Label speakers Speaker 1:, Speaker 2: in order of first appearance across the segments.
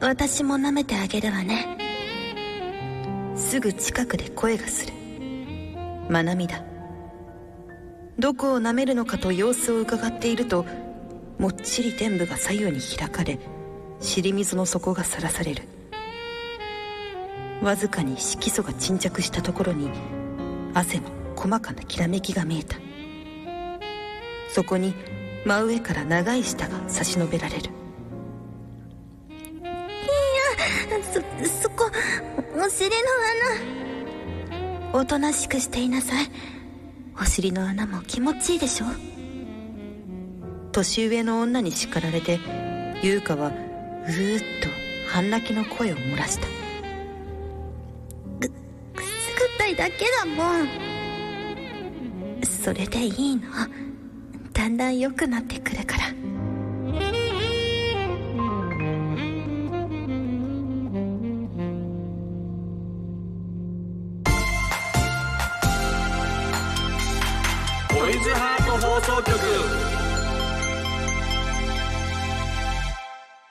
Speaker 1: 私も舐めてあげるわねすぐ近くで声がする真奈美だどこを舐めるのかと様子を伺っているともっちり天部が左右に開かれ尻水の底がさらされるわずかに色素が沈着したところに汗の細かなきらめきが見えたそこに真上から長い舌が差し伸べられる
Speaker 2: そそこお尻の
Speaker 1: おとなしくしていなさいお尻の穴も気持ちいいでしょ年上の女に叱られて優香はうーっと半泣きの声を漏らした
Speaker 2: 穴くすぐったいだけだもん
Speaker 1: それでいいのだんだん良くなってくるから
Speaker 3: トイズハート放送局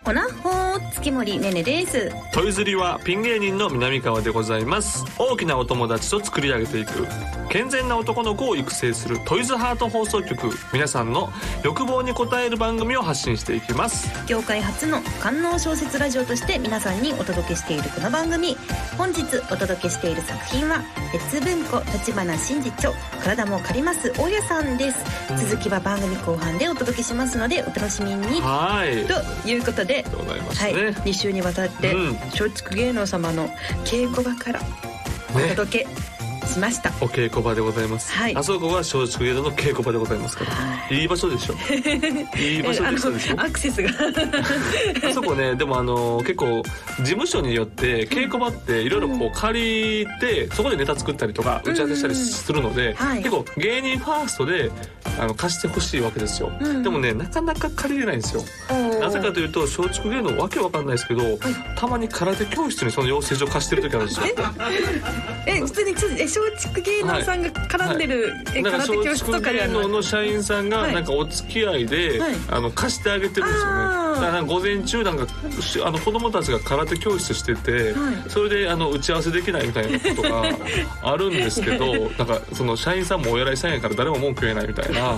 Speaker 1: ほなほー月森ねねです
Speaker 3: トイズリはピン芸人の南川でございます大きなお友達と作り上げていく健全な男の子を育成するトイズハート放送局皆さんの欲望に応える番組を発信していきます
Speaker 1: 業界初の官能小説ラジオとして皆さんにお届けしているこの番組本日お届けしている作品は別文庫立花真二著体も借ります大家さんです続きは番組後半でお届けしますのでお楽しみに
Speaker 3: はいで
Speaker 1: ということで
Speaker 3: ございます
Speaker 1: はい、
Speaker 3: ね、
Speaker 1: 2週にわたって
Speaker 3: うん
Speaker 1: 松竹芸能様の稽古場からお
Speaker 3: ね
Speaker 1: 届けしました、
Speaker 3: お稽古場でございます、
Speaker 1: はい
Speaker 3: あそこが松竹芸能の稽古場でございますから、、
Speaker 1: はい
Speaker 3: い場所 でしょいい場所でしたでしょ
Speaker 1: あのアクセスが
Speaker 3: あそこねでもあの結構事務所によって稽古場っていろいろこう借りてそこでネタ作ったりとか
Speaker 1: ん
Speaker 3: 打ち合わせしたりするので、
Speaker 1: はい
Speaker 3: 結構芸人ファーストであの貸してほしいわけですよ、
Speaker 1: うん
Speaker 3: でもねなかなか借りれないんですよなぜかというと松竹芸能わけわかんないですけど、たまに空手教室にその養成所貸してる時あるんですよ
Speaker 4: え普通にちょっとえ松竹芸能さんが絡んでる、え
Speaker 3: なんか
Speaker 4: 空手教
Speaker 3: 松
Speaker 4: 室とか
Speaker 3: 竹
Speaker 4: であ
Speaker 3: 芸
Speaker 4: ります
Speaker 3: 能の社員さんが
Speaker 4: はい
Speaker 3: なんかお付き合いで、
Speaker 4: はい
Speaker 3: あの貸してあげてるんですよね
Speaker 4: あー
Speaker 3: だからなんか午前中なんかしあの子供たちが空手教室してて、
Speaker 4: はい
Speaker 3: それであの打ち合わせできないみたいなこと があるんですけどなんかその社員さんもお偉いさんやから誰も文句言えないみたい な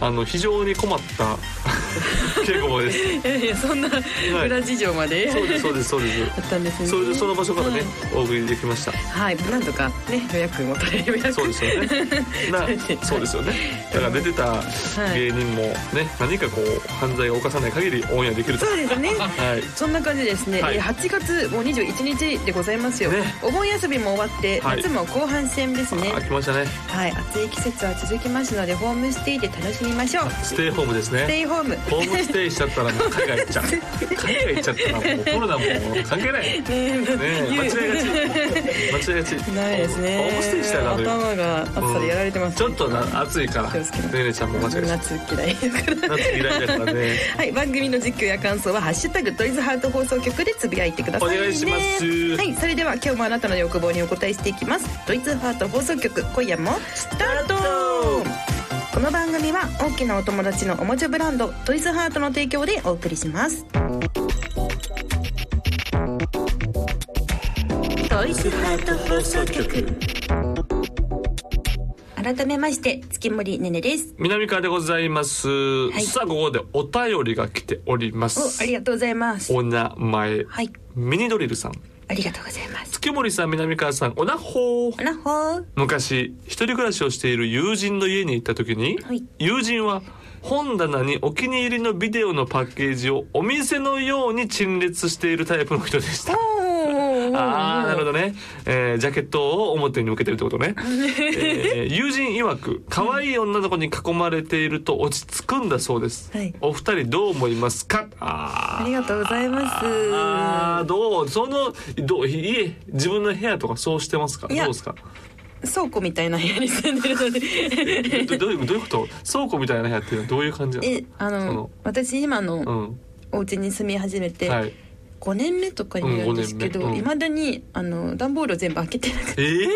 Speaker 3: あの非常に困った稽古 場です
Speaker 4: いやいやそんな裏事情まで、
Speaker 3: そうですそうですそうです
Speaker 4: だったんですね
Speaker 3: それでその場所からね、お送りできました
Speaker 4: はいなんとかね予約も取れる予約
Speaker 3: そうで すよね。な、そうですよね。だから出てた芸人もね、何かこう犯罪を犯さない限りオンエアできると。
Speaker 4: そうですね
Speaker 3: はい。
Speaker 4: そんな感じですね、
Speaker 3: はい
Speaker 4: えー8月もう21日でございますよ、
Speaker 3: ね
Speaker 4: お盆休みも終わって、
Speaker 3: はい
Speaker 4: 夏も後半戦ですね
Speaker 3: あ、来ましたね。
Speaker 4: はい暑い季節は続きますのでホームステイで楽しみましょう
Speaker 3: ステイホームです
Speaker 4: ス
Speaker 3: ね。
Speaker 4: テイホーム
Speaker 3: ホームステイしちゃったらもう海外行っちゃう。海外行っちゃったらもうコロナも関係ない。ねえ、間違いがち。間違いがち。
Speaker 4: ないですね
Speaker 3: ホームステイしたらダメよ
Speaker 4: 頭が暑さでやられてます、
Speaker 3: ちょっとな暑いから。
Speaker 4: 気をつけて
Speaker 3: ねねちゃんも間違いがち。
Speaker 4: 夏嫌いですから
Speaker 3: 夏嫌いだからね。
Speaker 4: はい、番組の実況や感想は「ハッシュタグトイズハート放送局」でつぶやいてください、ね、
Speaker 3: お願いします
Speaker 4: はいそれでは今日もあなたの欲望にお答えしていきますトイズハート放送局今夜もスタートこの番組は大きなお友達のおもちゃブランドトイズハートの提供でお送りします
Speaker 1: トイズハート放送局改めまして月森ねねです
Speaker 3: 南川でございます。
Speaker 1: い
Speaker 3: さあここでお便りが来ており
Speaker 4: お
Speaker 3: ま
Speaker 4: あ
Speaker 3: す。
Speaker 4: りがとうございます
Speaker 3: お名前。
Speaker 1: はい
Speaker 3: ミニドリルさん
Speaker 1: ありがとうございます
Speaker 3: 月森さん南川さんおなほー
Speaker 1: ほなほー
Speaker 3: 昔一人暮らしをしている友人の家に行った時に、
Speaker 1: はい
Speaker 3: 友人は本棚にお気に入りのビデオのパッケージをお店のように陳列しているタイプの人 でしたああなるほどね、えージャケットを表に向けてるってことね、えー友人曰く可愛い女の子に囲まれていると落ち着くんだそうです、
Speaker 4: はい
Speaker 3: お二人どう思いますかあー
Speaker 4: ありがとうござい
Speaker 3: あー
Speaker 4: ま
Speaker 3: どうそのどう家自分の部屋とかそうしてますかどう
Speaker 4: いや
Speaker 3: ですか
Speaker 4: す倉庫みたいな部屋に住んでるので
Speaker 3: どどういうどういうこと倉庫みたいな部屋っていうのはどういう感じな
Speaker 4: えあ
Speaker 3: そ
Speaker 4: の
Speaker 3: の
Speaker 4: 私今の
Speaker 3: のう
Speaker 4: お
Speaker 3: ん
Speaker 4: 家に住み始めて、
Speaker 3: はい
Speaker 4: 5年目とかになるんですけど
Speaker 3: うん五
Speaker 4: い
Speaker 3: 年目うん
Speaker 4: ま、未だにあの段ボールを全部開けてなくて
Speaker 3: えー、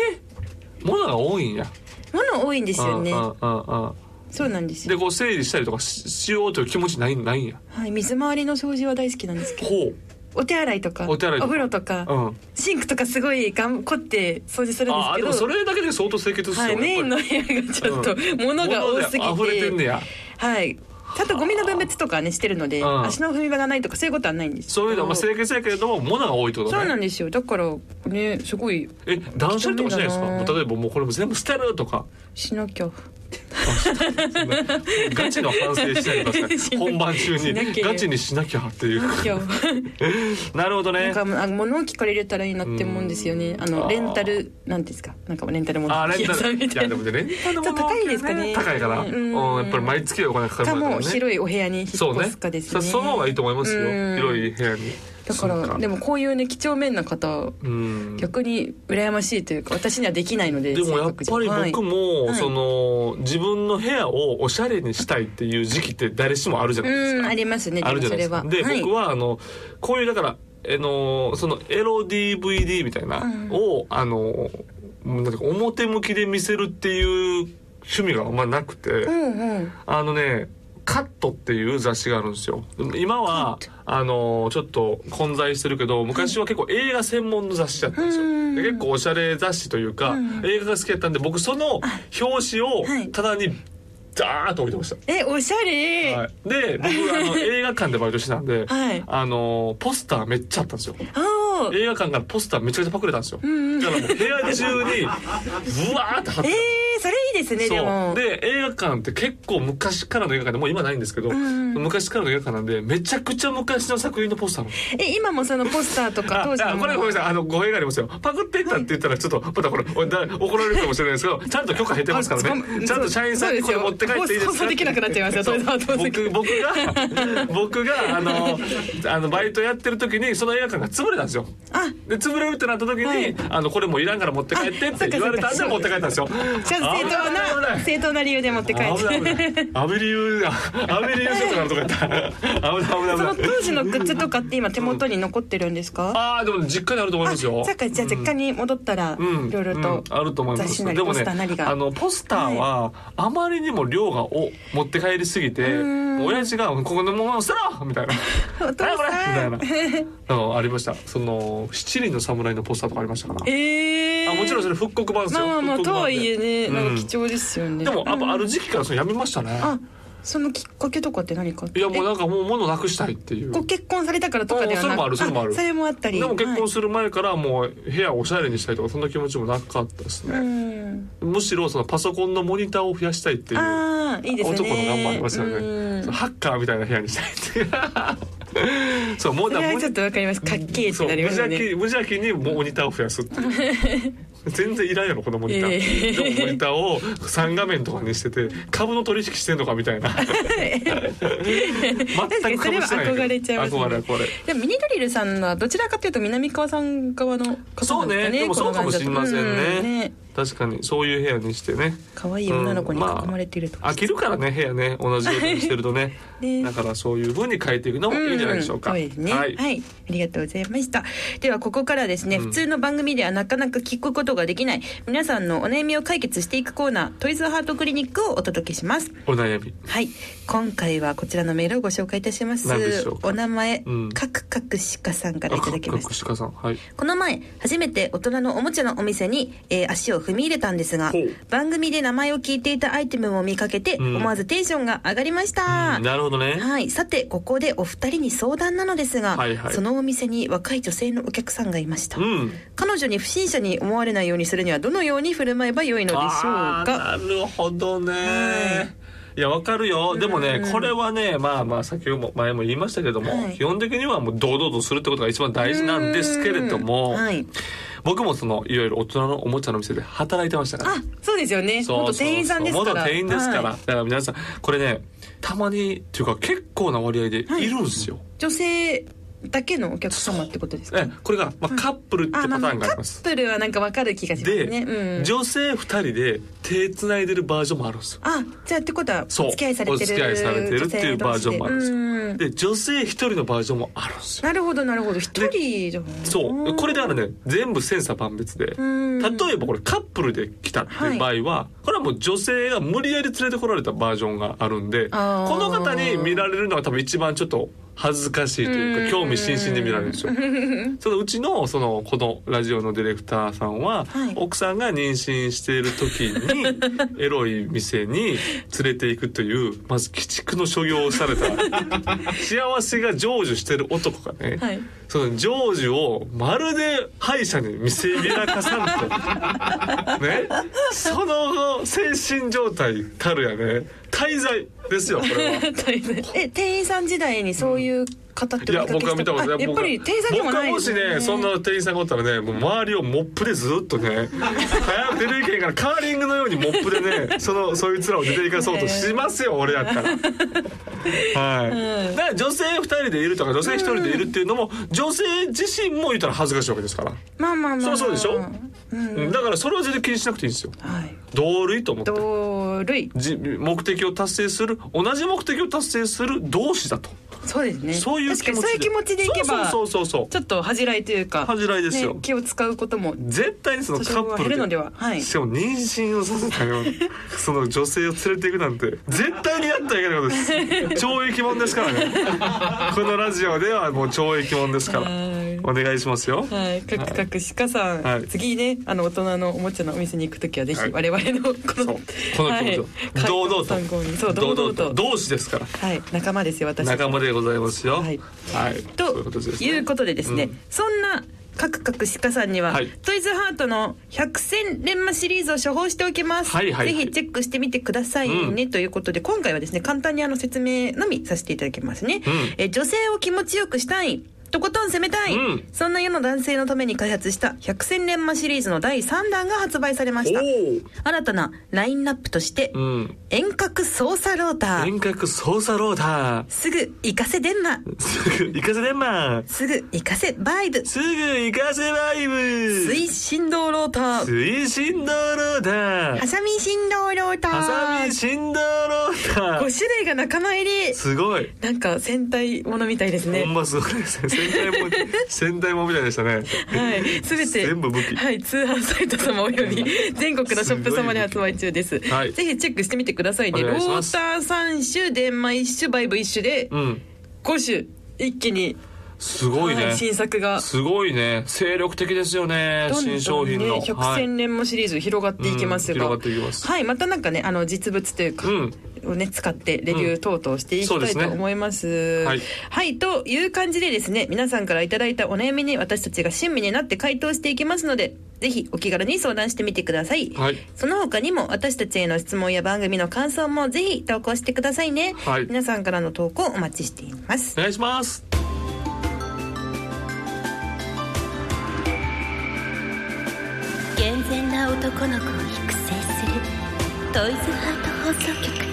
Speaker 3: 物が多いんや
Speaker 4: 物多いんですよね
Speaker 3: うんうんうんうん
Speaker 4: そうなんです
Speaker 3: で
Speaker 4: よ
Speaker 3: こう整理したりとかししようという気持ちないないんや
Speaker 4: はい水回りの掃除は大好きなんですけど
Speaker 3: ほう
Speaker 1: お手洗いとか
Speaker 3: お手洗いとか
Speaker 1: 風呂とか、
Speaker 3: うん
Speaker 1: シンクとかすごいがん凝って掃除するんです
Speaker 3: あ
Speaker 1: け
Speaker 3: ーで
Speaker 1: ど
Speaker 3: もそれだけで相当清潔ですよ、
Speaker 1: はい、メインの
Speaker 3: やっ
Speaker 1: 部屋がちょっと
Speaker 3: うん
Speaker 1: 物が多すぎて,、
Speaker 3: 物で溢れてんねや
Speaker 1: はいちゃんとゴミの分別とかはねしてるので、
Speaker 3: うん
Speaker 1: 足の踏み場がないとかそういうことはないんです
Speaker 3: ぱ
Speaker 1: けど
Speaker 3: りそういうのはまあ清潔やけれども物が多いってこと
Speaker 1: そうな
Speaker 3: ね
Speaker 1: んですよだからねすごい
Speaker 3: え断捨離とかしないですか
Speaker 1: 汚いな
Speaker 3: もう例えばもうこれも全部捨てるとか
Speaker 1: しなきゃ
Speaker 3: そんな ガチの反省しないでください本番中
Speaker 1: しな
Speaker 3: に
Speaker 1: きゃ
Speaker 3: ガチにしなきゃっ ていう
Speaker 1: 今日
Speaker 3: なるほど
Speaker 1: なん
Speaker 3: ね
Speaker 1: かあ物置から入れたらいいなって思うんですよねあの
Speaker 3: あー
Speaker 1: レンタルなんていうんですかなんかレンタル物
Speaker 3: あーレンタ
Speaker 1: 屋さん
Speaker 3: ル
Speaker 1: み
Speaker 3: い
Speaker 1: た
Speaker 3: や
Speaker 1: い
Speaker 3: で
Speaker 1: な
Speaker 3: もねレンタル
Speaker 1: ちょっと高いですかね
Speaker 3: 高いから、う、
Speaker 1: うんん
Speaker 3: やっぱり毎月お金かかる
Speaker 1: か
Speaker 3: もんだ
Speaker 1: も
Speaker 3: ね
Speaker 1: 広いお部屋に引っ
Speaker 3: そうね
Speaker 1: 越すかですね
Speaker 3: そその方がいいと思いますよ
Speaker 1: うん
Speaker 3: 広い部屋に
Speaker 1: だか
Speaker 3: そう
Speaker 1: らでもこういうね几帳面な方
Speaker 3: うん
Speaker 1: 逆に羨ましいというか私にはできないので
Speaker 3: でもやっぱり
Speaker 1: はい
Speaker 3: 僕も、
Speaker 1: はい
Speaker 3: その自分の部屋をおしゃれにしたいっていう時期って誰しもあるじゃないです
Speaker 1: うん
Speaker 3: か。
Speaker 1: ありますね
Speaker 3: あるじゃないですか。
Speaker 1: それ
Speaker 3: で、
Speaker 1: ははい
Speaker 3: 僕はあのこういうだからあのそのエロ DVD みたいなを、あのなんか表向きで見せるっていう趣味があんまなくて、
Speaker 1: うんうん
Speaker 3: あのね。カットっていう雑誌があるんですよ今はあのちょっと混在してるけど昔は結構映画専門の雑誌だったんですよ、
Speaker 1: うん
Speaker 3: で結構おしゃれ雑誌というか、映画が好きだったんで僕その表紙を
Speaker 1: はい
Speaker 3: 棚にダーッと置いてました、
Speaker 1: えおしゃれ、
Speaker 3: はい、で僕あの映画館でバイトしてたんで、
Speaker 1: はい
Speaker 3: あのポスターめっちゃあったんですよ
Speaker 1: ああ
Speaker 3: 映画館からポスターめちゃくちゃパクれたんですよ、
Speaker 1: んうん
Speaker 3: だからもう部屋中にブワーッと貼っ
Speaker 1: え
Speaker 3: て
Speaker 1: ー、それいいですねで
Speaker 3: そ
Speaker 1: も
Speaker 3: うで映画館って結構昔からの映画館でもう今ないんですけど、
Speaker 1: ん
Speaker 3: 昔からの映画館なんでめちゃくちゃ昔の作品のポスターなの
Speaker 1: え今もそのポスターとか
Speaker 3: あ
Speaker 1: 当時
Speaker 3: あ
Speaker 1: の
Speaker 3: これごめんなさいあの語弊がありますよパクっていったって言ったらちょっとまたこれおだ怒られるかもしれないですけどちゃんと許可減ってますから
Speaker 1: あそ
Speaker 3: ね
Speaker 1: う
Speaker 3: ちゃんと社員さんにこれ持って帰っていいですか
Speaker 1: 放送できなくなっちゃいますよ
Speaker 3: そ
Speaker 1: そ
Speaker 3: う
Speaker 1: れではどう
Speaker 3: 僕僕 が僕があのあのバイトやってる時にその映画館が潰れたんですよで潰れるってなった時に、
Speaker 1: はい
Speaker 3: あのこれもういらんから持って帰ってって言われたんで
Speaker 1: あ
Speaker 3: 持って帰ったんですよ
Speaker 1: ちゃんと正当
Speaker 3: 危ない危ない
Speaker 1: な正当な理由で持って
Speaker 3: 危
Speaker 1: 帰って
Speaker 3: ない危ない。 安倍流だ。安倍流所とかのとかやった。危ない
Speaker 1: そ
Speaker 3: 危な
Speaker 1: の
Speaker 3: い危ない。
Speaker 1: 当時の靴とかって今手元に残ってるんですか、
Speaker 3: ああでも実家にあると思いますよ。
Speaker 1: さっきじゃあ実家に戻ったら
Speaker 3: うん、
Speaker 1: いろいろ
Speaker 3: うん
Speaker 1: と
Speaker 3: あると思いま
Speaker 1: 雑誌
Speaker 3: す。
Speaker 1: な
Speaker 3: で
Speaker 1: り
Speaker 3: も
Speaker 1: ポス
Speaker 3: ね、
Speaker 1: ターなりが
Speaker 3: あのポスターはあまりにも量がお持って帰りすぎて、
Speaker 1: ん
Speaker 3: 親父がここのものを捨てろみたいな。
Speaker 1: お父
Speaker 3: 何これ
Speaker 1: さん
Speaker 3: みたいな のありました。その七人の侍のポスターとかありましたから。
Speaker 1: ええー、
Speaker 3: あもちろんそれ復刻版ですよ。
Speaker 1: まあまあ
Speaker 3: 復
Speaker 1: と
Speaker 3: 刻版
Speaker 1: は
Speaker 3: で
Speaker 1: いえね、
Speaker 3: うん
Speaker 1: なんか貴重ですよね
Speaker 3: でもやっぱある時期からそれやめましたね。
Speaker 1: あそのきっかけとかって何か
Speaker 3: いやも
Speaker 1: え
Speaker 3: うなんかもう物なくしたいっていう。
Speaker 1: ご結婚されたからとかではなく
Speaker 3: あそれもあるそれもある
Speaker 1: それもあったり
Speaker 3: でも結婚
Speaker 1: はい
Speaker 3: する前からもう部屋をおしゃれにしたいとかそんな気持ちもなかったです
Speaker 1: う
Speaker 3: ね、
Speaker 1: ん
Speaker 3: むしろそのパソコンのモニターを増やしたいっていう
Speaker 1: ああいいですね
Speaker 3: 男の頑張りましたよ
Speaker 1: うん
Speaker 3: ねそのハッカーみたいな部屋にしたいっていう そうもう
Speaker 1: それはちょっとわかりますかっけえって
Speaker 3: そう無
Speaker 1: なります
Speaker 3: 邪
Speaker 1: よね
Speaker 3: 気無邪気にモニターを増やすっていう 全然いらんやろこのモニター、
Speaker 1: ええ
Speaker 3: でもモニターを3画面とかにしてて株の取引してんのかみたい な
Speaker 1: 確かにそれは
Speaker 3: 全くしてない
Speaker 1: 憧れちゃいますね
Speaker 3: 憧れ憧れ
Speaker 1: でもミニドリルさんのはどちらかというと南川さん側の
Speaker 3: そ
Speaker 1: 方
Speaker 3: う
Speaker 1: なんですかね
Speaker 3: ねでもそうかもしれませんね,、
Speaker 1: うんね
Speaker 3: 確かにそういう部屋にしてね
Speaker 1: 可愛い女の子に囲まれていると
Speaker 3: 飽きるからね部屋ね同じようにしてると ね
Speaker 1: ね
Speaker 3: だからそういう風に変えていくのもいいんじゃないでしょうか、
Speaker 1: うんうんそうですね。
Speaker 3: は
Speaker 1: はいい、ありがとうございました。ではここからですね、普通の番組ではなかなか聞くことができない皆さんのお悩みを解決していくコーナートイズハートクリニックをお届けします。
Speaker 3: お悩み
Speaker 1: はい、今回はこちらのメールをご紹介いたします
Speaker 3: 何でしょう。か
Speaker 1: お名前、
Speaker 3: うん
Speaker 1: カクカクシカさんからいただきました
Speaker 3: あ。鹿さんはい
Speaker 1: この前初めて大人のおもちゃのお店に、えー足を踏み入れたんですが
Speaker 3: ほう
Speaker 1: 番組で名前を聞いていたアイテムも見かけて、
Speaker 3: ん
Speaker 1: 思わずテンションが上がりました、
Speaker 3: うんなるほどね
Speaker 1: はいさてここでお二人に相談なのですが、
Speaker 3: はいはい
Speaker 1: そのお店に若い女性のお客さんがいました、
Speaker 3: うん
Speaker 1: 彼女に不審者に思われないようにするにはどのように振る舞えばよいのでしょう
Speaker 3: あ
Speaker 1: か
Speaker 3: ーなるほどね、い、やわかるよでもね、これはねまあまあ先ほども前も言いましたけども、
Speaker 1: はい
Speaker 3: 基本的にはもう堂々とするってことが一番大事なんですけれども、
Speaker 1: うんはい、
Speaker 3: 僕もそのいわゆる大人のおもちゃの店で働いてましたから
Speaker 1: あそうですよね
Speaker 3: そうそ
Speaker 1: 元
Speaker 3: うそう
Speaker 1: 店員さんですから
Speaker 3: 元店員ですから、
Speaker 1: はい
Speaker 3: だから皆さんこれねたまにっていうか結構な割合でいるんですよ、
Speaker 1: 女性だけのお客様ってことですか
Speaker 3: えこれが、まあ、カップルってパ
Speaker 1: あ
Speaker 3: タ
Speaker 1: まあまあ
Speaker 3: ーンがあります、
Speaker 1: カップルはなんかわかる気がします
Speaker 3: で、
Speaker 1: ね。うん、
Speaker 3: 女性2人で手つないでるバージョンもあるんですよ
Speaker 1: あじゃあってことはお
Speaker 3: そう
Speaker 1: 付き合いされてる
Speaker 3: お付き合いされてるっていうバージョンもあるんですよ
Speaker 1: うん
Speaker 3: で女性1人のバージョンもあるんですよ
Speaker 1: なるほどなるほど一人じゃん
Speaker 3: そうこれだからね全部千差万別で例
Speaker 1: ん
Speaker 3: えばこれカップルで来たっていう場合は、これはもう女性が無理やり連れてこられたバージョンがあるんでこ
Speaker 1: あー
Speaker 3: の方に見られるのは多分一番ちょっと恥ずかしいというか興味津々で見られるんです よ。そのうちのそのこのラジオのディレクターさんは、奥さんが妊娠している時 にエロい店に連れていくというまず鬼畜の所業をされた幸せが成就してる男がね、
Speaker 1: はい
Speaker 3: その成就をまるで歯医者に見せびらかさん とねその精神状態たるやね滞在ですよこれは。
Speaker 1: え店員さん時代にそういう方って
Speaker 3: い
Speaker 1: 見か
Speaker 3: や
Speaker 1: け
Speaker 3: 僕は見たことな
Speaker 1: あ
Speaker 3: い
Speaker 1: やっ
Speaker 3: 僕
Speaker 1: ぱ
Speaker 3: は
Speaker 1: り店員さんでもない
Speaker 3: 僕はもしねそんな店員さんがおったらねもう周りをモップでずっとね早く出ていけんからカーリングのようにモップで ねそのそいつらを出ていかそうとしますよ俺やったら。はい、だから女性2人でいるとか女性1人でいるっていうのも女性自身も言ったら恥ずかしいわけですから、
Speaker 1: まあまあまあ
Speaker 3: そ
Speaker 1: まあ
Speaker 3: りゃそうでしょ、うん、だからそれは全然気にしなくていいんですよ
Speaker 1: はい
Speaker 3: 同類と思って
Speaker 1: 同類
Speaker 3: じ目的を達成する同じ目的を達成する同士だと
Speaker 1: そうですね
Speaker 3: そういう
Speaker 1: 確
Speaker 3: 気
Speaker 1: か
Speaker 3: 持
Speaker 1: に
Speaker 3: ちで
Speaker 1: そういう気持ちでいけば
Speaker 3: そうそうそうそう
Speaker 1: ちょっと恥じらいというか
Speaker 3: 恥じらいですよ
Speaker 1: ね気を使うことも
Speaker 3: 絶対にそのカッ
Speaker 1: 多少は
Speaker 3: プ
Speaker 1: 減
Speaker 3: ル
Speaker 1: るのでははい
Speaker 3: しかも妊娠をさせ たようなその女性を連れていくなんて絶対にやってはいけないことです 懲役もんですからねこのラジオではもう懲役もんですか
Speaker 1: は
Speaker 3: ら
Speaker 1: い
Speaker 3: お願いしますよ
Speaker 1: はい、かくかくしかさん、
Speaker 3: はい
Speaker 1: 次ねあの大人のおもちゃのお店に行くときはぜ
Speaker 3: は
Speaker 1: ひ
Speaker 3: い
Speaker 1: 我々のこ
Speaker 3: そ
Speaker 1: の
Speaker 3: うこの気持ちを
Speaker 1: はい
Speaker 3: 堂々と
Speaker 1: 参考にそう堂々と
Speaker 3: 同志ですから
Speaker 1: はい仲間ですよ私たち
Speaker 3: 仲間でございますよ
Speaker 1: はい
Speaker 3: はい
Speaker 1: と
Speaker 3: そういうことですね
Speaker 1: いうことでですね、
Speaker 3: うん
Speaker 1: そんなカクカクシカさんには、
Speaker 3: はい
Speaker 1: トイズハートの百戦錬磨シリーズを処方しておきます、
Speaker 3: はいはいはい
Speaker 1: ぜひチェックしてみてくださいね、ということで今回はですね簡単にあの説明のみさせていただきますね、
Speaker 3: ん
Speaker 1: え女性を気持ちよくしたいとことん攻めたい、
Speaker 3: うん
Speaker 1: そんな世の男性のために開発した百戦錬磨シリーズの第3弾が発売されました新たなラインナップとして、
Speaker 3: おおうん
Speaker 1: 遠隔操作ローター
Speaker 3: 遠隔操作ローター
Speaker 1: すぐ行かせデンマ
Speaker 3: すぐ行かせデンマー
Speaker 1: すぐ行かせバイブ
Speaker 3: すぐ行かせライブ
Speaker 1: 推進動ローター
Speaker 3: 推進道路だ
Speaker 1: ハサミ振動ロータ
Speaker 3: ハサミ
Speaker 1: ー。
Speaker 3: 振動ロータ
Speaker 1: 五
Speaker 3: ー
Speaker 1: 種類が仲間入り。
Speaker 3: すごい
Speaker 1: なんか戦隊ものみたいですね
Speaker 3: ほん。ますごいですね戦隊 も戦隊もみたいでしたね
Speaker 1: はい、すべて。
Speaker 3: 全部武器
Speaker 1: はい、通販サイト様および全国のショップ様で発売中です。
Speaker 3: はい
Speaker 1: ぜひチェックしてみてくださいね。
Speaker 3: お
Speaker 1: ロ
Speaker 3: 願いしま
Speaker 1: ー
Speaker 3: す
Speaker 1: ター三種、電マ一種、バイブ一種で
Speaker 3: うん
Speaker 1: 五種一気に、
Speaker 3: すごい
Speaker 1: は
Speaker 3: ね
Speaker 1: い新作が
Speaker 3: すごいね精力的ですよね
Speaker 1: どんどん
Speaker 3: 新商品の
Speaker 1: ね、百
Speaker 3: はい
Speaker 1: 戦錬磨シリーズ広がっていきますが、
Speaker 3: うん広がっていきます
Speaker 1: はい、またなんかね、あの実物というか、
Speaker 3: うん
Speaker 1: をね使ってレビュー等々していき
Speaker 3: うん
Speaker 1: たい
Speaker 3: そうで
Speaker 1: と
Speaker 3: すね
Speaker 1: 思います。
Speaker 3: は
Speaker 1: はいい、という感じでですね、皆さんからいただいたお悩みに私たちが親身になって回答していきますので、ぜひお気軽に相談してみてください。
Speaker 3: はい
Speaker 1: その他にも私たちへの質問や番組の感想もぜひ投稿してくださいね。
Speaker 3: はい
Speaker 1: 皆さんからの投稿お待ちしています
Speaker 3: お。願いします
Speaker 2: 健全な男の子を育成するトイズハート放送局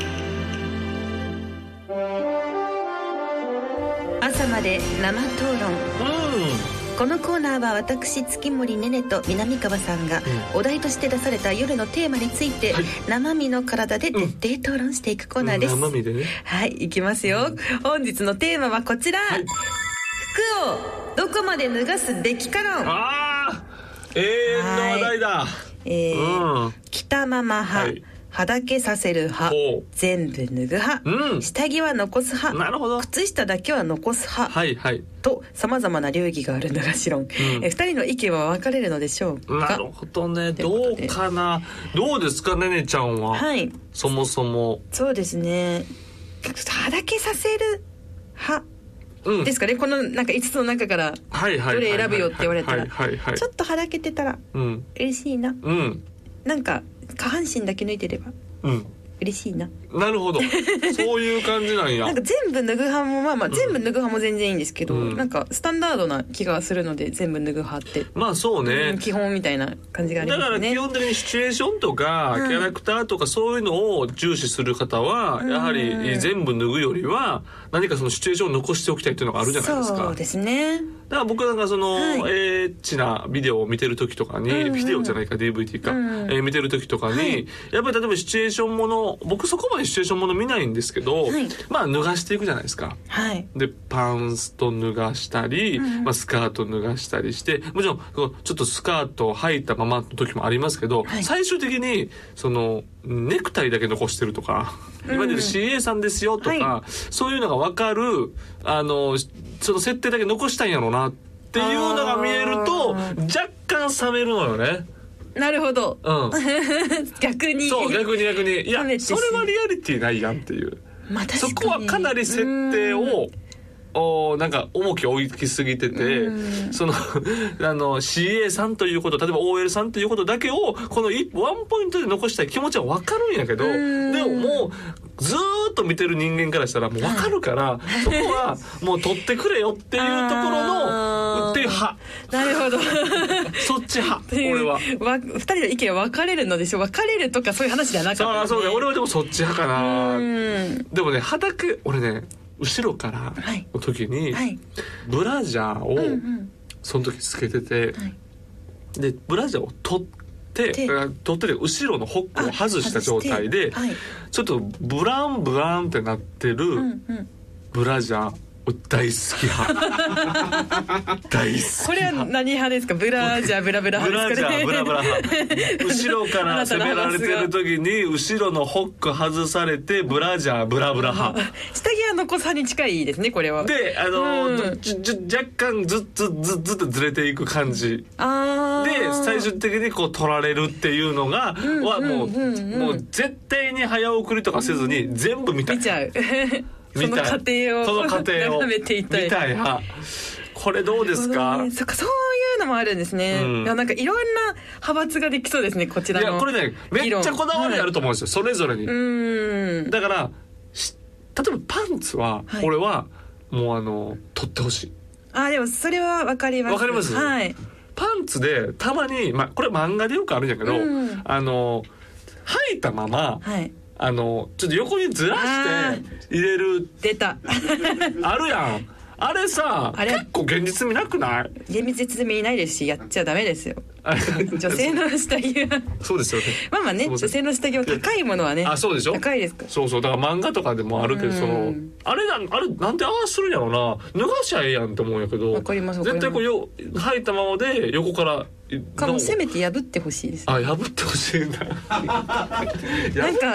Speaker 5: 朝まで生討論
Speaker 3: う
Speaker 5: このコーナーは私月森ねねと南川さんがお題として出された夜のテーマについて生身の体で徹底討論していくコー
Speaker 3: ん
Speaker 5: ナーです、
Speaker 3: 生身でね
Speaker 1: はい、いきますよ。本日のテーマはこちら。服をどこまで脱がすべきか論。
Speaker 3: ああ永遠の話題だ
Speaker 1: えー
Speaker 3: うん
Speaker 1: 着たまま派、
Speaker 3: はい
Speaker 1: はだけさせる派
Speaker 3: ほう
Speaker 1: 全部脱ぐ派、
Speaker 3: うん
Speaker 1: 下着は残す派
Speaker 3: なるほど
Speaker 1: 靴下だけは残す派、
Speaker 3: はいはい
Speaker 1: とさまざまな流儀があるのがシロン、え2人の意見は分かれるのでしょう
Speaker 3: な
Speaker 1: か
Speaker 3: るほどね
Speaker 1: という
Speaker 3: ど
Speaker 1: ことで
Speaker 3: うかなどうですかねねちゃんは、
Speaker 1: はい
Speaker 3: そもそも
Speaker 1: そうですねはだけさせる派
Speaker 3: うん
Speaker 1: ですかねこのなんか5つの中から
Speaker 3: はいはい
Speaker 1: どれ選ぶよって言われたら
Speaker 3: はいはいはい
Speaker 1: ちょっとはだけてたら
Speaker 3: うん
Speaker 1: 嬉しいな
Speaker 3: うん
Speaker 1: なんか下半身だけ抜いてれば
Speaker 3: うん
Speaker 1: 嬉しいな
Speaker 3: なる ほどそういう感じなんや
Speaker 1: なんか全部脱ぐ派もまあまあ全部脱ぐ派も全然いいんですけど、
Speaker 3: うん
Speaker 1: なんかスタンダードな気がするので全部脱ぐ派って、
Speaker 3: まあそうね、
Speaker 1: うん基本みたいな感じがあり
Speaker 3: だ
Speaker 1: ま
Speaker 3: か
Speaker 1: す
Speaker 3: ら基
Speaker 1: ね。
Speaker 3: 本的にシチュエーションとか、キャラクターとかそういうのを重視する方は、やはり全部脱ぐよりは何かそのシチュエーションを残しておきたいっていうのがあるじゃないですか。
Speaker 1: そうですね。
Speaker 3: だから僕なんかその、
Speaker 1: はい
Speaker 3: エッチなビデオを見てる時とかに、ビデオじゃないか DVD か、えー見てる時とかに、やっぱり例えばシチュエーションもの僕そこまでシチュエーションもの見ないんですけど、まあ脱がしていくじゃないですか。
Speaker 1: はい。
Speaker 3: でパンスト脱がしたり、まあ、スカート脱がしたりしてもちろんこうちょっとスカートを履いたままの時もありますけど、最終的にそのネクタイだけ残してるとか、いわゆる CA さんですよとか、
Speaker 1: は
Speaker 3: そういうのが分かるあのその設定だけ残したんやろうなっていうのが見えると若干冷めるのよね。
Speaker 1: なるほど
Speaker 3: うん、
Speaker 1: 逆に
Speaker 3: そう逆に逆にいや
Speaker 1: 冷めてし
Speaker 3: そ
Speaker 1: まう
Speaker 3: れはリアリティないやんっていう
Speaker 1: まあ確か
Speaker 3: そ
Speaker 1: に
Speaker 3: こはかなり設定をおーなんか重きを置きすぎててその あの CA さんということ例えば OL さんということだけをこの一ワンポイントで残したい気持ちは分かるんやけどでももうずーっと見てる人間からしたらもう分かるからそこはもう取ってくれよっていうところの
Speaker 1: あー
Speaker 3: っていう派
Speaker 1: なるほど
Speaker 3: そっち派
Speaker 1: っていう
Speaker 3: 俺は。
Speaker 1: わ二人の意見は分かれるのでしょ分かれるとかそういう話じゃなかった
Speaker 3: ああそうね俺はでもそっち派かな
Speaker 1: うん
Speaker 3: でもね畑俺ね後ろから
Speaker 1: はい
Speaker 3: の時に、
Speaker 1: はい
Speaker 3: ブラジャーを、その時つけてて、
Speaker 1: はい
Speaker 3: でブラジャーを取って
Speaker 1: で
Speaker 3: あ取ってて後ろのホックを外した状態で、
Speaker 1: はい
Speaker 3: ちょっとブランブランってなって
Speaker 1: う
Speaker 3: る
Speaker 1: んうん
Speaker 3: ブラジャーを大好き派 大好き
Speaker 1: これは何派ですかブラジャーブラブラ
Speaker 3: ブ
Speaker 1: 派
Speaker 3: ラ
Speaker 1: です
Speaker 3: ジャ
Speaker 1: かね
Speaker 3: ーブラブラ派後 ろから攻められてる時に後ろのホック外されてブラジャーブラブラ派
Speaker 1: 下着は残さに近いですねこれは
Speaker 3: であのー
Speaker 1: うん
Speaker 3: ちょちょ若干ずっずっずっずっとずれていく感じ
Speaker 1: あ
Speaker 3: で
Speaker 1: ー
Speaker 3: 最終的にこう取られるっていうのが、はもう,、
Speaker 1: うんうん
Speaker 3: もう絶対に早送りとかせずに全部見たい
Speaker 1: 見ちゃうそ
Speaker 3: 見
Speaker 1: の
Speaker 3: たい
Speaker 1: 過程を
Speaker 3: その過程を
Speaker 1: 眺めていたい
Speaker 3: 見たい派これどうですか、
Speaker 1: そっかそういうのもあるんですね、
Speaker 3: うん
Speaker 1: いやなんかいろんな派閥ができそうですねこち
Speaker 3: い
Speaker 1: らの
Speaker 3: やこれねめっちゃこだわりあると思うんですよ、それぞれに、
Speaker 1: うーん
Speaker 3: だからし例えばパンツは、
Speaker 1: はい
Speaker 3: 俺はもうあの取ってほしい
Speaker 1: あでもそれはわかります
Speaker 3: わかります
Speaker 1: はい
Speaker 3: パンツでたまに、まあ、これ漫画でよくあるんやけど、
Speaker 1: うん
Speaker 3: あの履いたまま
Speaker 1: はい
Speaker 3: あのちょっと横にずらして入れる
Speaker 1: 出 た
Speaker 3: あるやんあれさ
Speaker 1: あれ
Speaker 3: 結構現実味なくない
Speaker 1: 厳密説明いないですしやっちゃダメ ですよ女性の下着は
Speaker 3: そうですよね
Speaker 1: まあまあね
Speaker 3: そう
Speaker 1: 女
Speaker 3: そう
Speaker 1: 性の下着は高いものはね
Speaker 3: あそうでしょ
Speaker 1: 高いですから
Speaker 3: そうそうだから漫画とかでもあるけどその
Speaker 1: うん
Speaker 3: あれなんあれなんでああするんやろな脱がしゃええやんって思うんやけど
Speaker 1: わかりますわかり
Speaker 3: 絶
Speaker 1: ます
Speaker 3: 対こうよ履いたままで横からい
Speaker 1: かも
Speaker 3: の
Speaker 1: せめて破ってほしいです
Speaker 3: あ破ってほしいんだ
Speaker 1: な
Speaker 3: なん
Speaker 1: か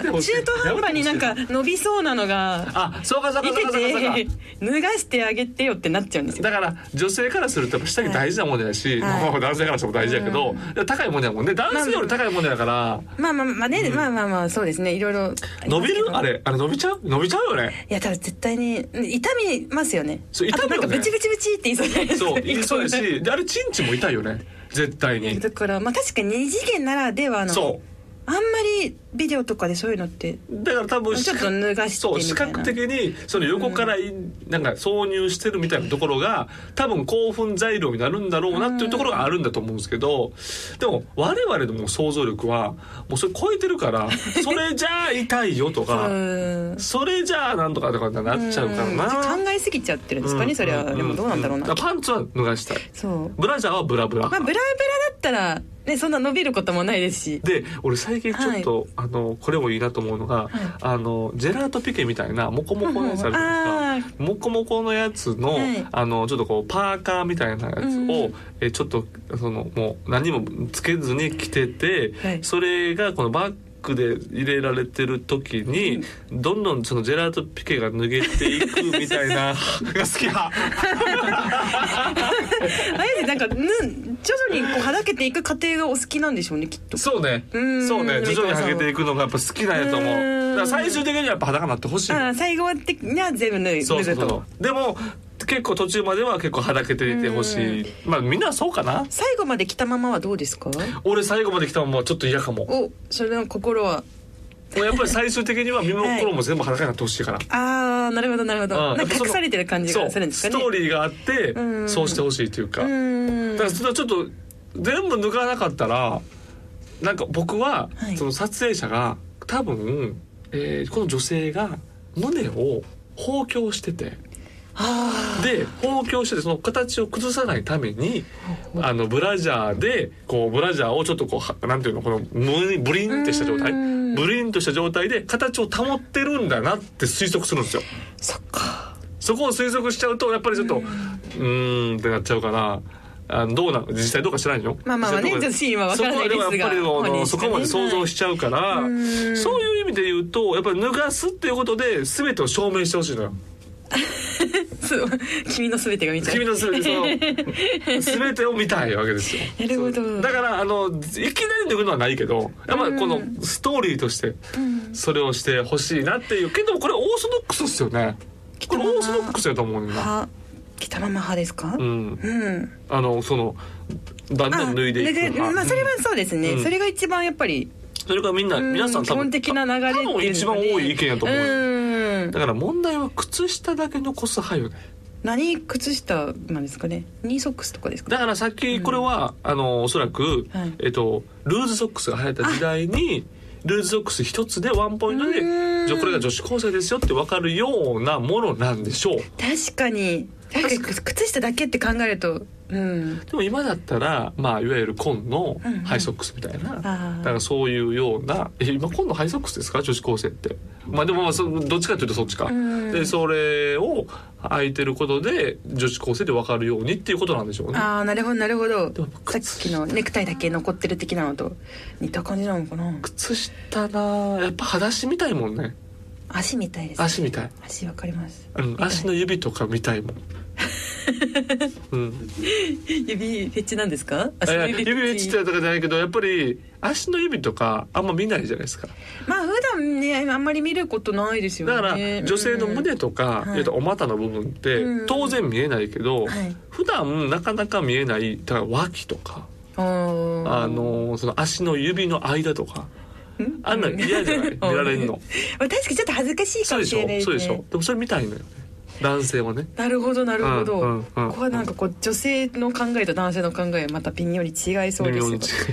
Speaker 1: 中途半端になんか伸びそうなのが
Speaker 3: あそうかそうか
Speaker 1: 見
Speaker 3: そう
Speaker 1: て
Speaker 3: かそうかそうか
Speaker 1: て脱がしてあげてよってなっちゃうんですよ
Speaker 3: だから女性からするとやっぱ下着大事なものやし、
Speaker 1: はい
Speaker 3: まあ男性からしても大事やけど、高いものやもんね男性より高いものやから
Speaker 1: まあまあまあね、まあまあまあそうですねいろいろありますけど
Speaker 3: 伸びるあれあれ伸びちゃう伸びちゃうよね
Speaker 1: いや多分絶対にうん痛みますよね
Speaker 3: そう痛
Speaker 1: あとな
Speaker 3: むよ
Speaker 1: ん
Speaker 3: ね
Speaker 1: かブチブチブチって言いそうじゃないですか
Speaker 3: そういそうや
Speaker 1: 一個
Speaker 3: しであれチンチンも痛いよね絶対 に
Speaker 1: だからまあ確かに二次元ならではの
Speaker 3: そ
Speaker 1: あんまりビデオとかでそういうのって
Speaker 3: うだから多分
Speaker 1: ちょっと脱がして
Speaker 3: そう
Speaker 1: み
Speaker 3: 視
Speaker 1: たいな
Speaker 3: 覚的にその横からい、なんか挿入してるみたいなところが多分興奮材料になるんだろうなっていうところがあるんだと思うんですけど、でも我々のもう想像力はもうそれ超えてる からそれじゃあ痛いよと
Speaker 1: う
Speaker 3: か。
Speaker 1: ーん
Speaker 3: それじゃあなんとかとかになっちゃうからな。
Speaker 1: 考えすぎちゃってるんですかねそれは
Speaker 3: んんん
Speaker 1: でもどうなんだろうな
Speaker 3: からパンツは脱がしたい。
Speaker 1: そう
Speaker 3: ブラジャーはブラブラ。
Speaker 1: まあブラブラだったらねそんな伸びることもないですし
Speaker 3: で俺最近ちょっと、あのこれもいいなと思うのが、あのジェラートピケみたいなモコモコのやつあるじゃないですか、モコモコのやつの,、
Speaker 1: はい
Speaker 3: あのちょっとこうパーカーみたいなやつを、えちょっとそのもう何もつけずに着てて、
Speaker 1: はい
Speaker 3: それがこのバッグで入れられてる時に、どんどんそのジェラートピケが脱げていくみたいなが好き
Speaker 1: あ
Speaker 3: 派
Speaker 1: えてなんかぬ徐々にこうはだけていく過程がお好きなんでしょうねきっと
Speaker 3: そうね
Speaker 1: うん
Speaker 3: そうね徐々にはげていくのがやっぱ好きなんやと思う
Speaker 1: うん
Speaker 3: だから最終的にはやっぱ裸になってほしい
Speaker 1: ああ最後は的には全部脱い
Speaker 3: そ
Speaker 1: 脱
Speaker 3: う
Speaker 1: ぐ
Speaker 3: そうそ
Speaker 1: と
Speaker 3: うでも結構途中までは結構はだけていてほしいまあみんなそうかな
Speaker 1: 最後まで着たままはどうですか
Speaker 3: 俺最後まで来たのもちょっと嫌かもも
Speaker 1: おそれの心は
Speaker 3: うやっぱり最終的には身も心も全部裸になってほしいから、
Speaker 1: ああなるほどなるほど
Speaker 3: う
Speaker 1: なんんか隠されてる感じ
Speaker 3: そ
Speaker 1: が
Speaker 3: う
Speaker 1: するんです
Speaker 3: ス
Speaker 1: か
Speaker 3: ト
Speaker 1: ね
Speaker 3: ーリーがあって
Speaker 1: うん
Speaker 3: そうしてほしいというか
Speaker 1: うー
Speaker 3: だ
Speaker 1: ん
Speaker 3: からそれはちょっと全部抜かなかったらなんか僕は
Speaker 1: はい
Speaker 3: その撮影者が多分、えーこの女性が胸を包強しててで包強しててその形を崩さないためにあのブラジャーでこうブラジャーをちょっとこうはなんていうのこの胸にブリンってした状態
Speaker 1: うん
Speaker 3: ブリンとした状態で形を保ってるんだなって推測するんですよ。
Speaker 1: そっか
Speaker 3: そこを推測しちゃうとやっぱりちょっとうーんってなっちゃうからあのどうなの実際どうか知らないよ。
Speaker 1: まあまあまあね
Speaker 3: 実際どう
Speaker 1: ちょっと今わからないですが
Speaker 3: そこはでもやっぱりあ
Speaker 1: 本人
Speaker 3: の
Speaker 1: し
Speaker 3: そ
Speaker 1: かね
Speaker 3: こまで想像しちゃうから、そういう意味で言うとやっぱり脱がすっていうことで全てを証明してほしいのよ。
Speaker 1: そう君の全てが見ちゃう
Speaker 3: 君の全てその全てを見たいわけですよ。
Speaker 1: なるほど
Speaker 3: そうだからあのいきなり脱ぐのはないけど、やっぱりこのストーリーとしてそれをしてほしいなっていう。けどこれオーソドックスですよね。これオーソドックスやと思うねんな。
Speaker 1: は着たまま派ですか
Speaker 3: う？ん。
Speaker 1: うん。
Speaker 3: あのそのだんだん脱いでいくのが
Speaker 1: まあそれはそうですね。
Speaker 3: うん
Speaker 1: それが一番やっぱり
Speaker 3: それからみんな
Speaker 1: うん
Speaker 3: 皆さん
Speaker 1: 基
Speaker 3: 多分
Speaker 1: 本的な流れっていうのが
Speaker 3: 多
Speaker 1: ね
Speaker 3: 分一番多い意見やと思うよ、
Speaker 1: うん。
Speaker 3: だから問題は靴下だけ残す派よね
Speaker 1: 何靴下なんですかね？ニーソックスとかですか？
Speaker 3: だからさっきこれは、あのおそらく、
Speaker 1: はい
Speaker 3: えっと、ルーズソックスが流行った時代にルーズソックス一つでワンポイントで
Speaker 1: うん
Speaker 3: じゃあこれが女子高生ですよって分かるようなものなんでしょう
Speaker 1: 確かに。確かに靴下だけって考えると、うん。
Speaker 3: でも今だったら、まあ、いわゆる紺の
Speaker 1: うんうん
Speaker 3: ハイソックスみたいな、
Speaker 1: あ
Speaker 3: だか
Speaker 1: あ。
Speaker 3: らそういうようなえ今今度ハイソックスですか女子高生ってまあでもまあそどっちかというとそっちか、
Speaker 1: ん
Speaker 3: でそれを履いてることで女子高生で分かるようにっていうことなんでしょうね
Speaker 1: ああなるほどなるほど
Speaker 3: でも
Speaker 1: さっ
Speaker 3: 靴
Speaker 1: きのネクタイだけ残ってる的なのと似た感じなのかな
Speaker 3: 靴下なやっぱ裸足みたいもんね
Speaker 1: 足みたいですね
Speaker 3: 足みたい、
Speaker 1: 足わかります
Speaker 3: うん、足の指とかみた いもんうん、
Speaker 1: 指フェチなんですか
Speaker 3: いや指打ちってとかじゃないけどやっぱり足の指とかあんま見ないじゃないですか
Speaker 1: まあ普段ねあんまり見ることないですよね
Speaker 3: だから女性の胸とか、
Speaker 1: はい
Speaker 3: えっとお股の部分って
Speaker 1: うん
Speaker 3: 当然見えないけど、
Speaker 1: はい
Speaker 3: 普段なかなか見えないだから脇とか、
Speaker 1: うん
Speaker 3: あのーその足の指の間とか、あんなん嫌 じゃない見られるの
Speaker 1: まあ確かにちょっと恥ずかしいか
Speaker 3: そ
Speaker 1: も
Speaker 3: うで
Speaker 1: し
Speaker 3: し
Speaker 1: れない
Speaker 3: ょ
Speaker 1: です
Speaker 3: そう
Speaker 1: ね
Speaker 3: でしょでもそれ見たいのよね男性はね
Speaker 1: なるほどなるほど、
Speaker 3: うんうんうん
Speaker 1: ここはなんかこう女性の考えと男性の考えはまた微妙に違いそう
Speaker 3: 微
Speaker 1: で
Speaker 3: 妙に違い
Speaker 1: す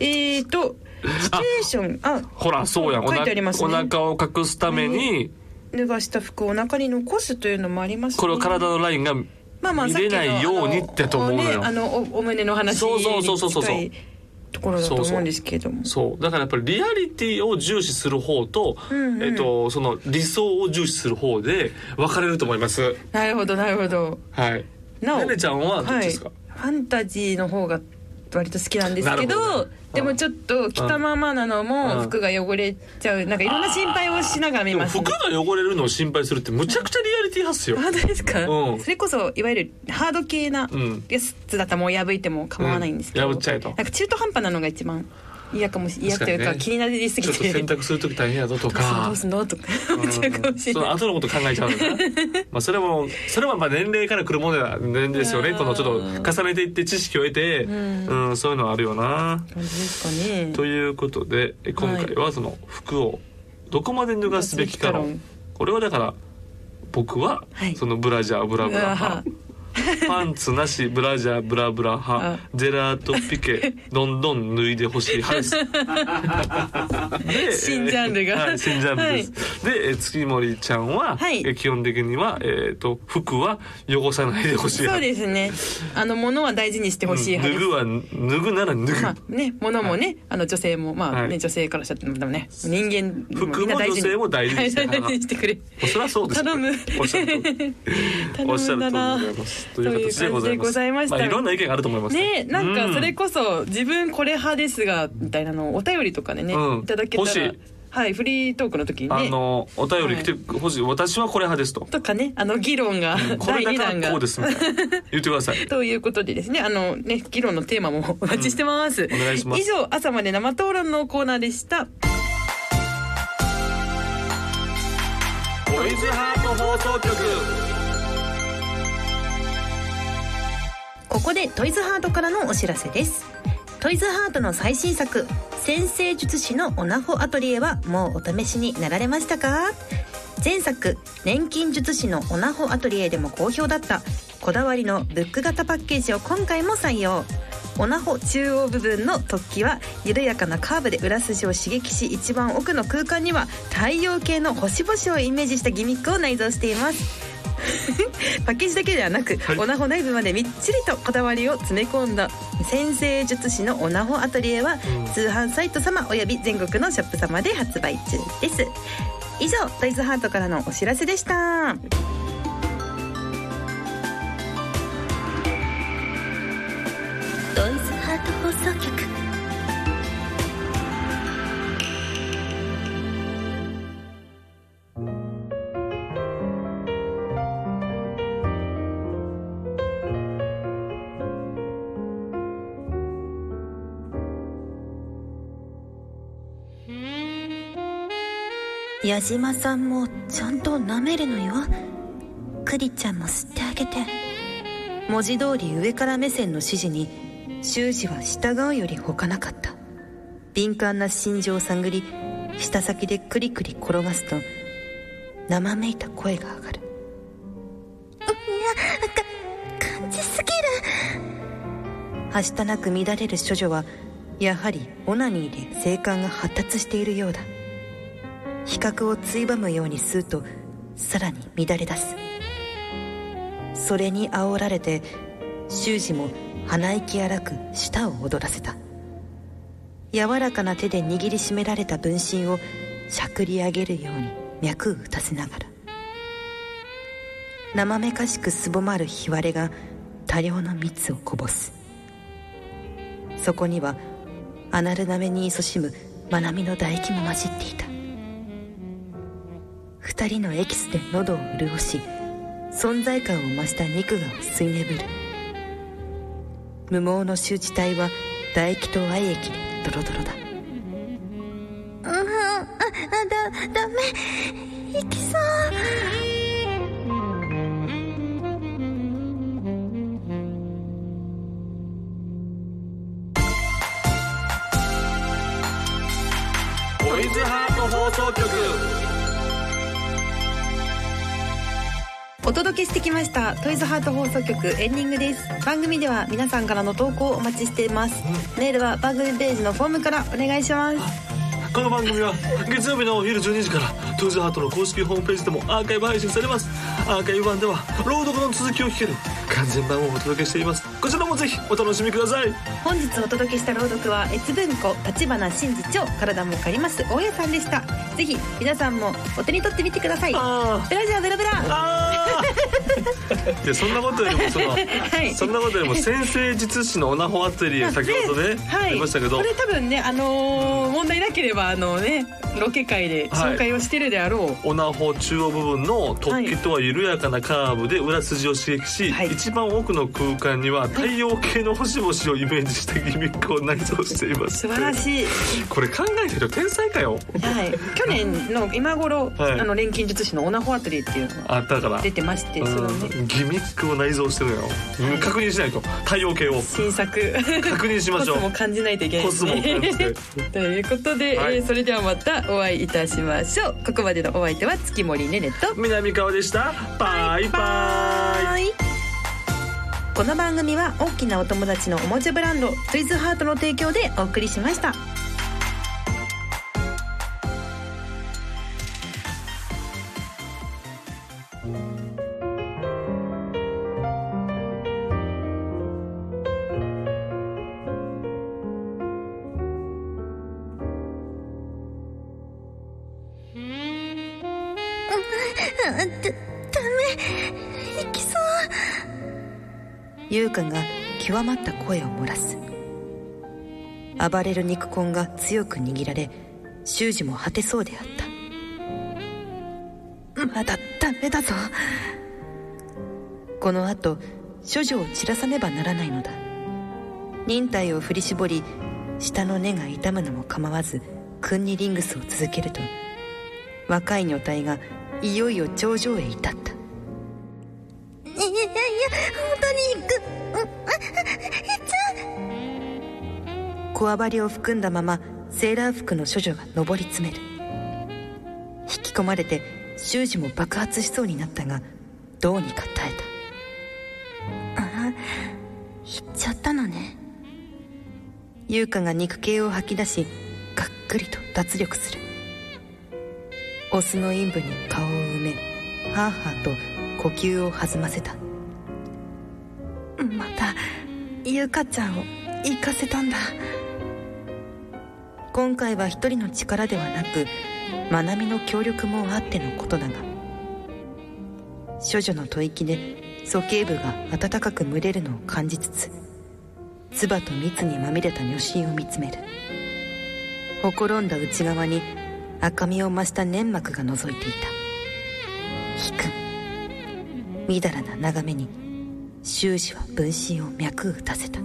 Speaker 1: えーとシチュエーションあ
Speaker 3: ほらそうやんお
Speaker 1: 書い
Speaker 3: な
Speaker 1: てあります
Speaker 3: お
Speaker 1: ね
Speaker 3: 腹を隠すために
Speaker 1: 脱がした服をお腹に残すというのもありますね
Speaker 3: これを体のラインが
Speaker 1: まあまあ
Speaker 3: 見
Speaker 1: さっき
Speaker 3: れ
Speaker 1: の
Speaker 3: ないようにってと思うのよ
Speaker 1: あのねあのおお胸の話
Speaker 3: そう
Speaker 1: に
Speaker 3: そうそうそうそう
Speaker 1: 近いところだと思うんですけれども
Speaker 3: そうだからやっぱりリアリティを重視する方と,、
Speaker 1: んうん
Speaker 3: えっとその理想を重視する方で分かれると思います。
Speaker 1: なるほどなるほど
Speaker 3: はい。
Speaker 1: なお
Speaker 3: ねねちゃんはどっちですか、
Speaker 1: ファンタジーの方が割と好きなんですけ
Speaker 3: なるほ
Speaker 1: ど
Speaker 3: どね
Speaker 1: でもちょっと着たままなの
Speaker 3: うん
Speaker 1: も服が汚れちゃうなんかいろんな心配をしながら見
Speaker 3: でも
Speaker 1: ます、
Speaker 3: 服が汚れるのを心配するってむちゃくちゃリアリティ発すよ。
Speaker 1: 本当ですか、
Speaker 3: うん
Speaker 1: それこそいわゆるハード系な
Speaker 3: うん
Speaker 1: やつだったらもう破いても構わないんですけど、
Speaker 3: うん破っちゃえと
Speaker 1: なんか中途半端なのが一番嫌かもし嫌という
Speaker 3: 確か
Speaker 1: か
Speaker 3: にね
Speaker 1: 気になりす
Speaker 3: ち
Speaker 1: ぎ
Speaker 3: ょっと
Speaker 1: て
Speaker 3: 洗濯する時大変やぞと
Speaker 1: ど
Speaker 3: か
Speaker 1: う。すんのとか思っちゃうかもし
Speaker 3: そ
Speaker 1: れ
Speaker 3: の
Speaker 1: ない。
Speaker 3: 後のこと考えちゃうの ねまあそれもそれはまあ年齢からくるものだ年ですよね
Speaker 1: うん
Speaker 3: このちょっと重ねていって知識を得て、
Speaker 1: ん
Speaker 3: うん、そういうのはあるよな。
Speaker 1: 感じですかね。
Speaker 3: ということでえ今回はその服をどこまで脱がすべき
Speaker 1: 脱
Speaker 3: か
Speaker 1: が
Speaker 3: の
Speaker 1: すべき
Speaker 3: これはだから僕は
Speaker 1: はい
Speaker 3: そのブラジャーブラブラ派パンツなしブラジャーブラブラ派
Speaker 1: あ
Speaker 3: ジェラート ピケどんどん脱いでほしい派です。で
Speaker 1: 新ジャンルが
Speaker 3: はい、新ジャンルです。でえ月森ちゃんは、
Speaker 1: はい
Speaker 3: え基本的にはえっ、と服は汚さないでほしい
Speaker 1: そう
Speaker 3: 派。
Speaker 1: ですね。あの物は大事にしてほしい
Speaker 3: うん脱
Speaker 1: 派です。
Speaker 3: ぐは脱ぐなら脱ぐ。
Speaker 1: まあね、物もね、あの女性も、まあね、
Speaker 3: はい
Speaker 1: 女性からしたら、でもね、人間
Speaker 3: 服も
Speaker 1: みんな大事に
Speaker 3: 女性も大事にして
Speaker 1: はい大事にしてくれ。
Speaker 3: それはそうですよ。
Speaker 1: 頼む
Speaker 3: おっしゃる通り。お
Speaker 1: 頼
Speaker 3: っしゃ
Speaker 1: ん
Speaker 3: る通
Speaker 1: だ
Speaker 3: りでご
Speaker 1: な
Speaker 3: ざい。ます。という形で
Speaker 1: という
Speaker 3: ございます。
Speaker 1: 感じでございました
Speaker 3: あ、いろんな意見があると思います。
Speaker 1: ね、なん
Speaker 3: う
Speaker 1: かそれこそ自分これ派ですがみたいなのをお便りとかでね、
Speaker 3: うん
Speaker 1: いただけたら
Speaker 3: 欲しい
Speaker 1: はいフリートークの時に
Speaker 3: あ
Speaker 1: ね
Speaker 3: のお便り来てほしい。私はこれ派ですと。
Speaker 1: とかねあの議論が
Speaker 3: こ
Speaker 1: 第
Speaker 3: れ
Speaker 1: 2
Speaker 3: だか
Speaker 1: 弾が
Speaker 3: らこうですみたいな。言ってください。
Speaker 1: ということでですね、あのね、議論のテーマもお待ちしてます。
Speaker 3: んお願いします
Speaker 1: 以上、朝まで生討論のコーナーでした。
Speaker 3: トイズハート放送局。
Speaker 5: ここでトイズハートからのお知らせですトイズハートの最新作「先生術師のオナホアトリエ」はもうお試しになられましたか前作「錬金術師のオナホアトリエ」でも好評だったこだわりのブック型パッケージを今回も採用オナホ中央部分の突起は緩やかなカーブで裏筋を刺激し一番奥の空間には太陽系の星々をイメージしたギミックを内蔵しています。パッケージだけではなく、
Speaker 3: はい
Speaker 5: オナホ内部までみっちりとこだわりを詰め込んだ先生術師のオナホアトリエは、通販サイト様および全国のショップ様で発売中です以上トイズハートからのお知らせでした
Speaker 1: 矢島さんもちゃんと舐めるのよクリちゃんも吸ってあげて文字通り上から目線の指示に修士は従うよりほかなかった敏感な心情を探り舌先でクリクリ転がすと生めいた声が上がる
Speaker 6: か感じすぎる
Speaker 1: はしたなく乱れる処女はやはりオナニーで性感が発達しているようだ比較をついばむように吸うとさらに乱れ出すそれに煽られて修二も鼻息荒く舌を躍らせた柔らかな手で握りしめられた分身をしゃくり上げるように脈を打たせながら生めかしくすぼまるひわれが多量の蜜をこぼすそこにはアナルナメに勤しむまなみの唾液も混じっていた二人のエキスで喉を潤し存在感を増した肉が吸い眠る無毛の周知体は唾液と愛液でドロドロだ
Speaker 6: うんああだダメ行きそう
Speaker 3: トイズハート放送局
Speaker 7: お届けしてきましたトイズハート放送局エンディングです番組では皆さんからの投稿をお待ちしています、メールは番組ページのフォームからお願いします
Speaker 3: この番組は月曜日のお昼12時からトイズハートの公式ホームページでもアーカイブ配信されますアーカイブ版では朗読の続きを聞ける完全版をお届けしていますこちらもぜひお楽しみください
Speaker 7: 本日お届けした朗読は越文庫立花真嗣長体も借ります大家さんでしたぜひ皆さんもお手に取ってみてください
Speaker 3: あー
Speaker 7: ブラジャーブラブラ
Speaker 3: あーいやそんなことよりもその、
Speaker 7: い
Speaker 3: そんなことよりも先生術師のオナホアテリー先ほどね、
Speaker 7: はい、
Speaker 3: 出ましたけど
Speaker 7: これ多分ね、あのー問題なければあのねロケ会で紹介をしてるであろう、
Speaker 3: オナホ中央部分の突起とは緩やかなカーブで裏筋を刺激し、
Speaker 7: はい
Speaker 3: 一番奥の空間には太陽系の星々をイメージしたギミックを内蔵しています
Speaker 7: 素晴らしい、
Speaker 3: これ考えてる人天才かよ
Speaker 7: はい、去年の今頃、
Speaker 3: はい
Speaker 7: あの錬金術師のオナホアトリーっていうのが
Speaker 3: あったから
Speaker 7: 出てまして
Speaker 3: う
Speaker 7: その
Speaker 3: ん
Speaker 7: ね
Speaker 3: ギミックを内蔵してるのよ、うん確認しないと太陽系を
Speaker 7: 新作
Speaker 3: 確認しま
Speaker 7: コ
Speaker 3: し
Speaker 7: ス
Speaker 3: ょう
Speaker 7: も感じないといけない
Speaker 3: コ
Speaker 7: で
Speaker 3: ス
Speaker 7: す
Speaker 3: モを感じて
Speaker 7: ね ということで、
Speaker 3: はい
Speaker 7: えーそれではまたお会いいたしましょうここまでのお相手は月森ねねと
Speaker 3: 南川でしたバイバイ
Speaker 7: はい
Speaker 8: この番組は大きなお友達のおもちゃブランドトイズハートの提供でお送りしました
Speaker 6: うんだダメ行きそう
Speaker 1: 優香が極まった声を漏らす暴れる肉根が強く握られ修二も果てそうであったまだダメだぞこの後処女を散らさねばならないのだ忍耐を振り絞り下の根が痛むのも構わずクンニリングスを続けると若い女体がいよいよ頂上へ至った
Speaker 6: いやいやいや本当に行くうんあ行っちゃう
Speaker 1: こわばりを含んだままセーラー服の処女が上り詰める引き込まれて修二も爆発しそうになったがどうにか耐えた
Speaker 6: あ行っちゃったのね
Speaker 1: 優香が肉球を吐き出しがっくりと脱力するオスの陰部に顔を埋めハーハーと呼吸を弾ませた
Speaker 6: また
Speaker 1: ゆかちゃんを行かせたんだ今回は一人の力ではなくまなみの協力もあってのことだが処女の吐息で鼠径部が温かく蒸れるのを感じつつ唾と蜜にまみれた女心を見つめるほころんだ内側に赤みを増した粘膜が覗いていた引くみだらな眺めに修士は分身を脈打たせた。